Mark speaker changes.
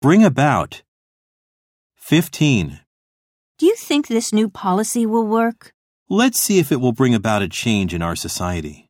Speaker 1: Bring about. 15.
Speaker 2: Do you think this new policy will work?
Speaker 1: Let's see if it will bring about a change in our society.